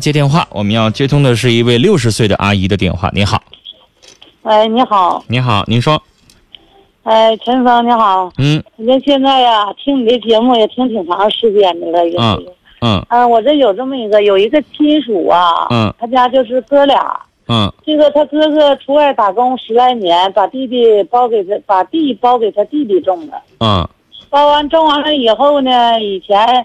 接电话，我们要接通的是一位六十岁的阿姨的电话。您好，哎，你好，您好，您说，哎，陈芳，你好，嗯我这现在呀，听你的节目也听挺长时间的了，也是。嗯嗯啊我这有这么一个，有一个亲属啊，嗯他家就是哥俩，嗯这个他哥哥出外打工十来年，把弟弟包给他，把地包给他弟弟种了，嗯包完种完了以后呢，以前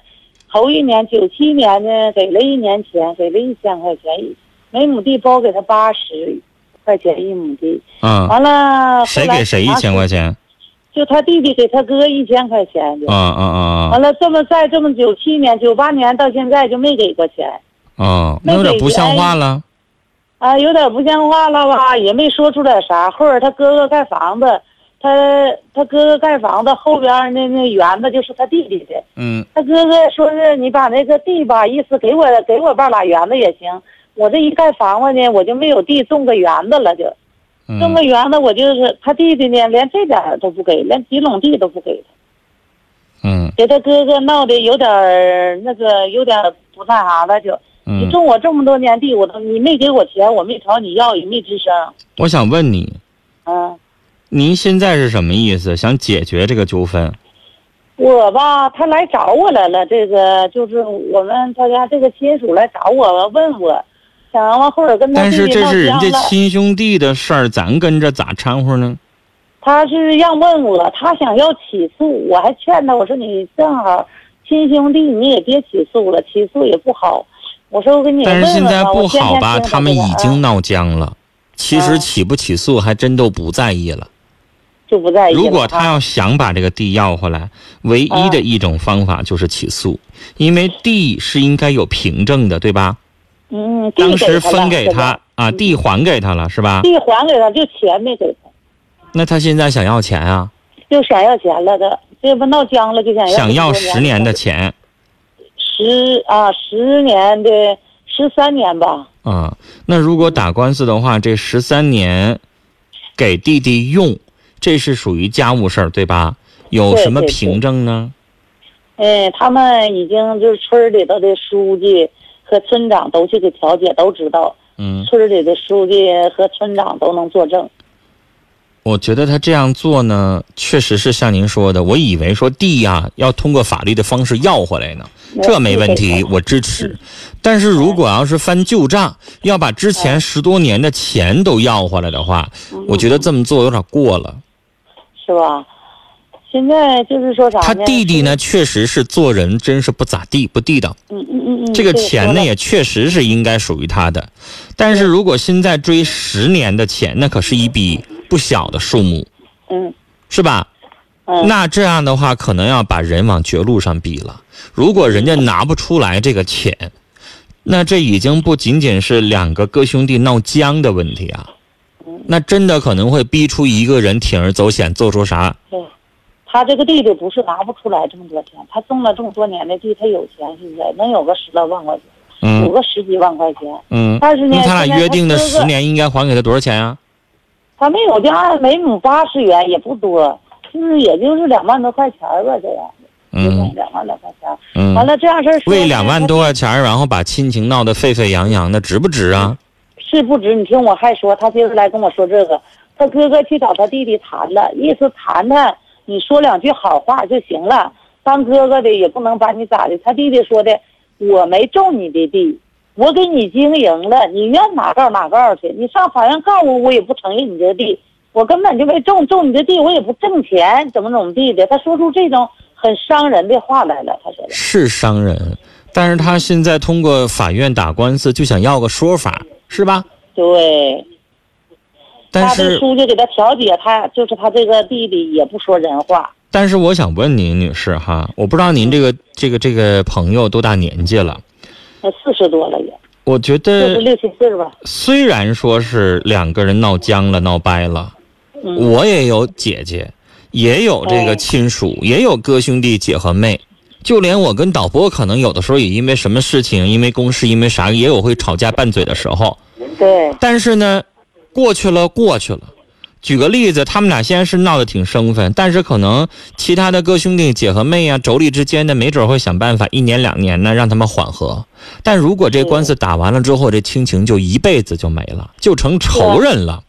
头一年九七年呢，给了一年钱，给了一千块钱一，每亩地包给他八十块钱一亩地，嗯，完了，后谁来给谁一查千实块钱？就他弟弟给他哥一千块钱就嗯，嗯完嗯了这么在这么九七年、九八年到现在就没给过钱嗯，那有点不像话了。啊，有点不像话了吧？也没说出点啥。后边他哥哥盖房子，他他哥哥盖房子后边那那园子就是他弟弟的。嗯他哥哥说是你把那个地吧，意思给我给我半拉园子也行。我这一盖房子呢，我就没有地种个园子了就，嗯种个园子我就是他弟弟呢，连这点儿都不给，连几垄地都不给他。嗯给他哥哥闹的有点儿那个，有点儿不那啥了，就你嗯，种我这么多年地，我都你没给我钱，我没朝你要，也没吱声，我想问你，嗯。您现在是什么意思？想解决这个纠纷？我吧，他来找我来了，这个就是我们他家这个亲属来找我问我，想完后边跟他但弟是弟这闹是人僵家了。亲兄弟的事儿，咱跟着咋掺和呢？他是让问我，他想要起诉，我还劝他，我说你正好亲兄弟，你也别起诉了，起诉也不好。我说我给你问但问是现在吧不我天好天吧？听着他们这个已啊经闹僵了，其实啊起不起诉还真都不在意了。就不在意了啊。如果他要想把这个地要回来，唯一的一种方法就是起诉，因为地是应该有凭证的，对吧？嗯，地当时他分了给是吧他啊，地还给他了，是吧？地还给他，就钱没给他，那他现在想要钱啊，就想要钱了的，这不闹僵了就想要。想要十年的钱十啊，十年的十三年吧，啊。那如果打官司的话，这十三年给弟弟用，这是属于家务事儿，对吧？有对什么对对凭证呢？嗯，他们已经就是村里头的书记和村长都去给调解，都知道嗯，村里的书记和村长都能作证。我觉得他这样做呢，确实是像您说的，我以为说地呀、要通过法律的方式要回来呢。这没问题，我支嗯持。但是如果要是翻旧账，要把之嗯前十多年的钱都要回来的话，我觉得这么做有点过了。是吧？现在就是说啥呢？他弟弟呢，确实是做人真是不咋地，不地道。嗯？嗯嗯嗯，这个钱呢，对也确实是应该属于他的。但是如果现在追十年的钱，那可是一笔不小的数目，说了嗯是吧？嗯，那这样的话，可能要把人往绝路上逼了。如果人家拿不出来这个钱，那这已经不仅仅是两个哥兄弟闹僵的问题啊，那真的可能会逼出一个人铤而走险，做出啥？对，他这个地里不是拿不出来这么多钱，他种了这么多年的地，他有钱现在能有个十来万块钱，有嗯个十几万块钱。嗯，但是呢那，他现俩在约定的他哥哥十，年应该还给他多少钱啊？他没有就按每亩八十元，也不多，就是也就是两万多块钱儿吧，这样，嗯两万多块钱儿。嗯，完了这样事儿说为两万多块钱儿，然后把亲情闹得沸沸扬扬的，值不值嗯啊？是不止，你听我还说，他接着来跟我说这个，他哥哥去找他弟弟谈了，意思谈谈，你说两句好话就行了。当哥哥的也不能把你咋的。他弟弟说的，我没种你的地，我给你经营了，你愿哪告哪告去，你上法院告我，我也不承认你这地，我根本就没种，种你这地我也不挣钱，怎么怎么地的。他说出这种很伤人的话来了，他说的，是伤人，但是他现在通过法院打官司，就想要个说法，是吧？对。但他是这书记给他调解，他就是他这个弟弟也不说人话。但是我想问您，女士哈，我不知道您这个这个这个朋友多大年纪了？那呃四十多了也，我觉就是得六七岁吧。虽然说是两个人闹僵了、闹掰了，嗯，我也有姐姐，也有这个哎亲属，也有哥兄弟姐和妹，就连我跟导播可能有的时候也因为什么事情，因为公事，因为啥，也有会吵架拌嘴的时候。对，但是呢，过去了过去了，举个例子，他们俩现在是闹得挺生分，但是可能其他的哥兄弟姐和妹啊，妯娌之间的，没准会想办法一年两年呢，让他们缓和。但如果这官司打完了之后，这亲情就一辈子就没了，就成仇人了。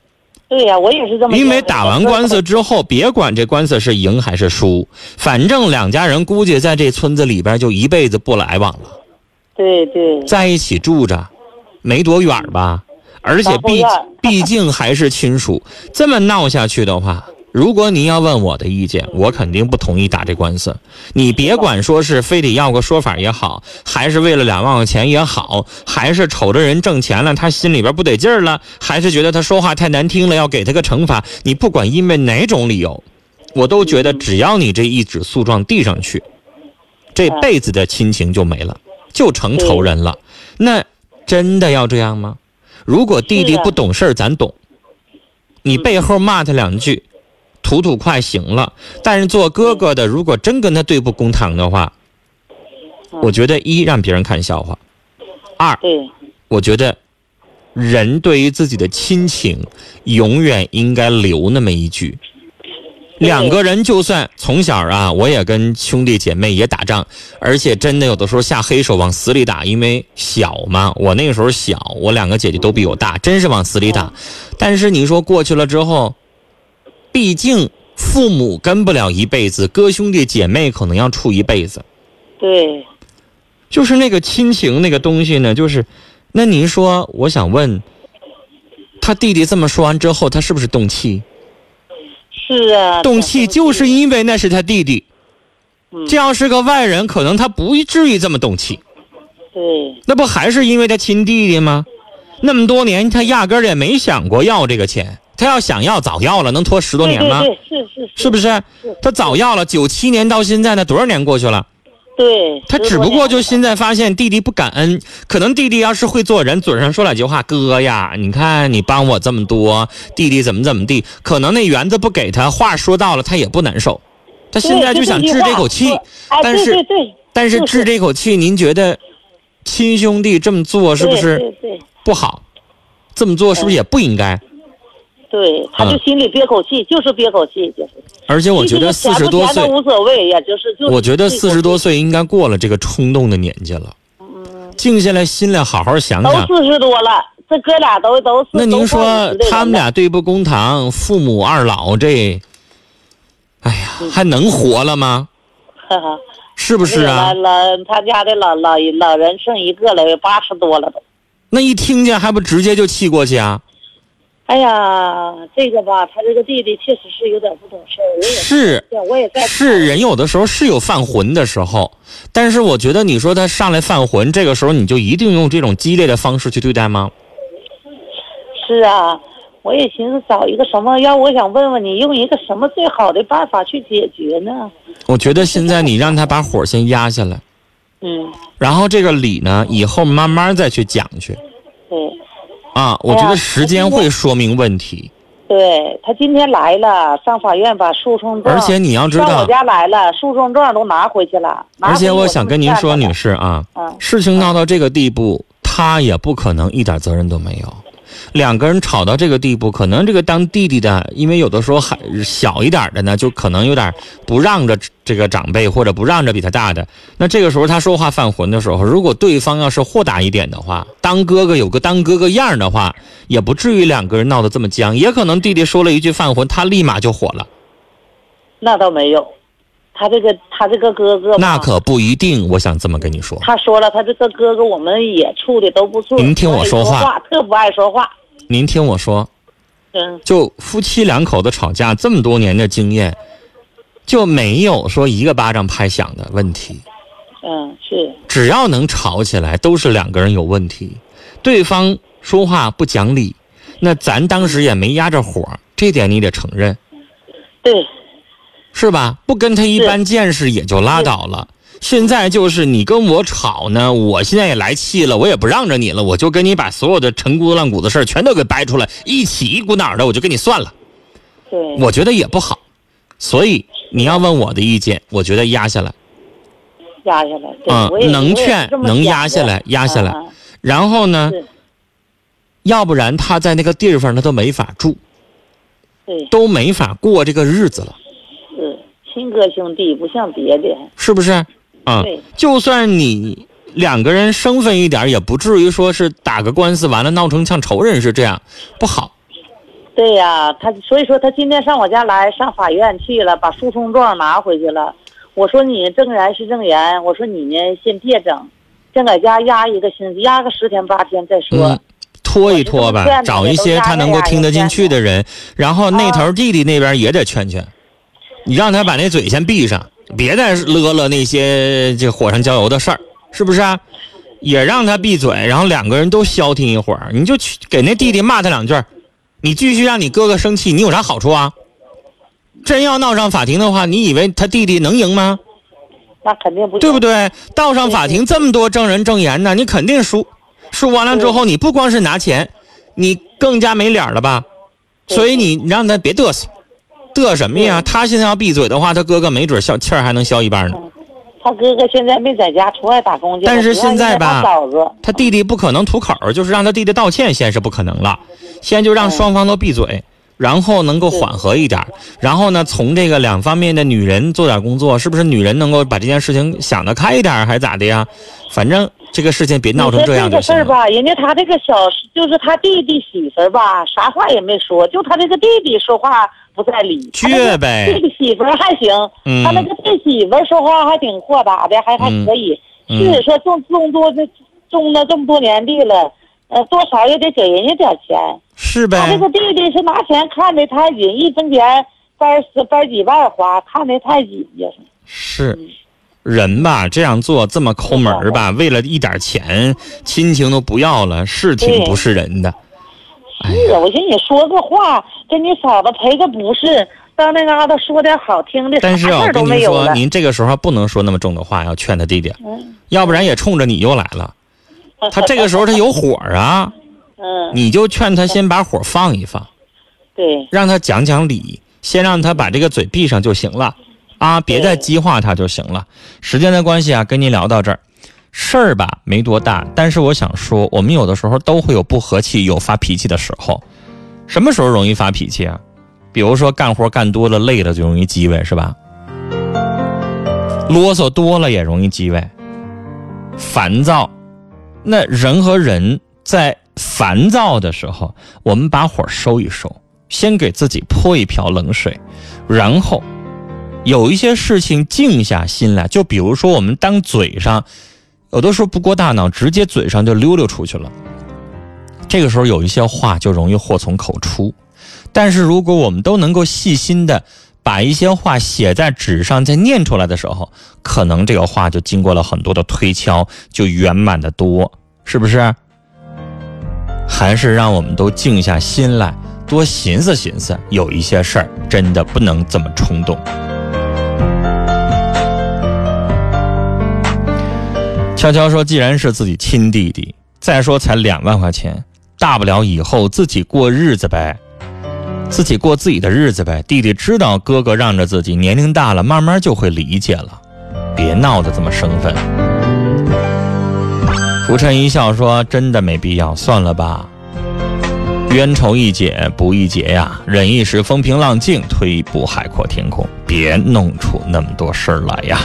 对呀、我也是这么。因为打完官司，之后，别管这官司是赢还是输，反正两家人估计在这村子里边就一辈子不来往了，对对，在一起住着，没多远吧。而且毕然后呢毕竟还是亲属，这么闹下去的话，如果您要问我的意见，我肯定不同意打这官司。你别管说是非得要个说法也好，还是为了两万块钱也好，还是瞅着人挣钱了，他心里边不得劲儿了，还是觉得他说话太难听了，要给他个惩罚。你不管因为哪种理由，我都觉得只要你这一纸诉状递上去，这辈子的亲情就没了，就成仇人了。那真的要这样吗？如果弟弟是啊不懂事儿，咱懂。你背后骂他两句，吐吐快行了。但是做哥哥的，如果真跟他对簿公堂的话，嗯我觉得一让别人看笑话，二对我觉得人对于自己的亲情，永远应该留那么一句。对两个人就算从小啊，我也跟兄弟姐妹也打仗，而且真的有的时候下黑手往死里打，因为小嘛，我那个时候小，我两个姐姐都比我大，真是往死里打。但是你说过去了之后，毕竟父母跟不了一辈子，哥兄弟姐妹可能要处一辈子。对，就是那个亲情那个东西呢，就是，那您说，我想问，他弟弟这么说完之后，他是不是动气？是啊，动气就是因为那是他弟弟，嗯这要是个外人，可能他不至于这么动气，对那不还是因为他亲弟弟吗？那么多年，他压根儿也没想过要这个钱，他要想要早要了，能拖十多年吗？对对对，是是是不是？是？他早要了，九七年到现在呢，多少年过去了？对，他只不过就现在发现弟弟不感恩，可能弟弟要是会做人，嘴上说两句话，哥呀，你看你帮我这么多，弟弟怎么怎么地，可能那园子不给他，话说到了他也不难受，他现在就想治这口气对。哎，但对是对对，但是治这口气，您觉得亲兄弟这么做是不对是对不好？这么做是不是也不应该？对，对他就嗯心里憋口气，就是憋口气，就是。而且我觉得其四实十多钱不钱岁都，无所谓呀，就是就是。我觉得四十多岁应该过了这个冲动的年纪了，静下来心来好好想嗯都想。四十多了，这哥俩都都是。那都您过说五十的人他们了 俩对簿公堂，父母二老这，哎呀，还能活了吗？哈哈是不是那啊个？老老他家的老老老人剩一个了，八十多了都。那一听见还不直接就气过去啊？哎呀，这个吧，他这个弟弟确实是有点不懂事儿，我也是对我也在是，人有的时候是有犯浑的时候，但是我觉得你说他上来犯浑，这个时候你就一定用这种激烈的方式去对待吗？是啊，我也寻思找一个什么，要我想问问你，用一个什么最好的办法去解决呢？我觉得现在你让他把火先压下来，嗯，然后这个理呢，以后慢慢再去讲去对啊。我觉得时间会说明问题，对，他今天来了，上法院把诉讼状，而且你要知上我道。家来了，诉讼状都拿回去了。拿回而且我就想不跟您干说，了女士啊，嗯事情闹到这个地步，他也不可能一点责任都没有。两个人吵到这个地步，可能这个当弟弟的，因为有的时候还小一点的呢，就可能有点不让着这个长辈，或者不让着比他大的。那这个时候他说话犯浑的时候，如果对方要是豁达一点的话，当哥哥有个当哥哥样儿的话，也不至于两个人闹得这么僵。也可能弟弟说了一句犯浑，他立马就火了，那倒没有，他这个他这个哥哥吧那可不一定。我想这么跟你说。他说了，他这个哥哥我们也处的都不错。您听我说不话爱说话特不爱说话。您听我说，嗯，就夫妻两口子吵架这么多年的经验，就没有说一个巴掌拍响的问题。嗯，是，只要能吵起来，都是两个人有问题，对方说话不讲理，那咱当时也没压着火，这点你得承认，对，是吧？不跟他一般见识也就拉倒了。现在就是你跟我吵呢，我现在也来气了，我也不让着你了，我就跟你把所有的陈姑烂谷的事儿全都给掰出来，一起一股脑儿的我就跟你算了。对，我觉得也不好。所以你要问我的意见，我觉得压下来，压下来。对，嗯我也，能劝能压下来，压压下来。嗯然后呢是，要不然他在那个地方他都没法住。对，都没法过这个日子了，是亲哥兄弟，不像别的。是不是？啊，对，就算你两个人生分一点儿，也不至于说是打个官司完了闹成像仇人是这样，不好。对呀、他所以说他今天上我家来，上法院去了，把诉讼状拿回去了。我说你证言是证言，我说你呢先别整，先在家压一个星期，压个十天八天再说。嗯，拖一拖我觉吧，得找一些他能够听得进去的人，然后嗯那头弟弟那边也得劝劝，你让他把那嘴先闭上，别再勒了那些这火上浇油的事儿，是不是啊？也让他闭嘴，然后两个人都消停一会儿，你就去给那弟弟骂他两句儿，你继续让你哥哥生气，你有啥好处啊？真要闹上法庭的话，你以为他弟弟能赢吗？那肯定不行啊对不？对？到上法庭这么多证人证言呢，你肯定输，输完了之后你不光是拿钱，你更加没脸儿了吧？对所以你让他别嘚瑟，嘚什么呀？他现在要闭嘴的话，他哥哥没准消气儿还能消一半呢。他哥哥现在没在家，出外打工去了。但是现在吧我主要因为他嫂子，他弟弟不可能吐口儿，就是让他弟弟道歉，先是不可能了，先就哦让双方都闭嘴。然后能够缓和一点儿，然后呢，从这个两方面的女人做点工作，是不是女人能够把这件事情想得开一点儿，还是咋的呀？反正这个事情别闹成这样你说就个事行儿了。吧，人家啊他这个小，就是他弟弟媳妇儿吧，啥话也没说，就他这个弟弟说话不在理。他这倔个呗弟弟媳妇儿还行，嗯他那个弟媳妇儿说话还挺豁达的，还还嗯可以。嗯就是说种种多这种了这么多年地了，呃，多少也得给人家点儿钱。是他啊呗这个，弟弟是拿钱看的太紧，一分钱掰十掰几瓣花，看的太紧呀。是人吧，这样做这么抠门儿哦吧，为了一点钱，亲情都不要了，是挺对不是人的。哎是啊，我寻思你说个话，跟你嫂子赔个不是，到那嘎达说点好听的，但是啊啥事我儿都跟没您有说，了。您这个时候不能说那么重的话，要劝他弟弟，嗯要不然也冲着你又来了。他这个时候他有火啊，嗯，你就劝他先把火放一放，对让他讲讲理，先让他把这个嘴闭上就行了，啊，别再对激化他就行了。时间的关系啊，跟您聊到这儿。事儿吧没多大，但是我想说，我们有的时候都会有不和气、有发脾气的时候。什么时候容易发脾气啊？比如说干活干多了累了就容易积胃，是吧？啰嗦多了也容易积胃，烦躁。那人和人在烦躁的时候，我们把火收一收，先给自己泼一瓢冷水，然后有一些事情静下心来。就比如说，我们当嘴上有的时候不过大脑，直接嘴上就溜溜出去了。这个时候有一些话就容易祸从口出，但是如果我们都能够细心的把一些话写在纸上，再念出来的时候，可能这个话就经过了很多的推敲，就圆满的多，是不是？还是让我们都静下心来，多寻思寻思，有一些事儿真的不能这么冲动。悄悄说：“既然是自己亲弟弟，再说才两万块钱，大不了以后自己过日子呗，自己过自己的日子呗。弟弟知道哥哥让着自己，年龄大了，慢慢就会理解了，别闹得这么生分。”浮尘一笑说：“真的没必要，算了吧。冤仇易解不易结呀，忍一时风平浪静，退一步海阔天空。别弄出那么多事儿来呀。”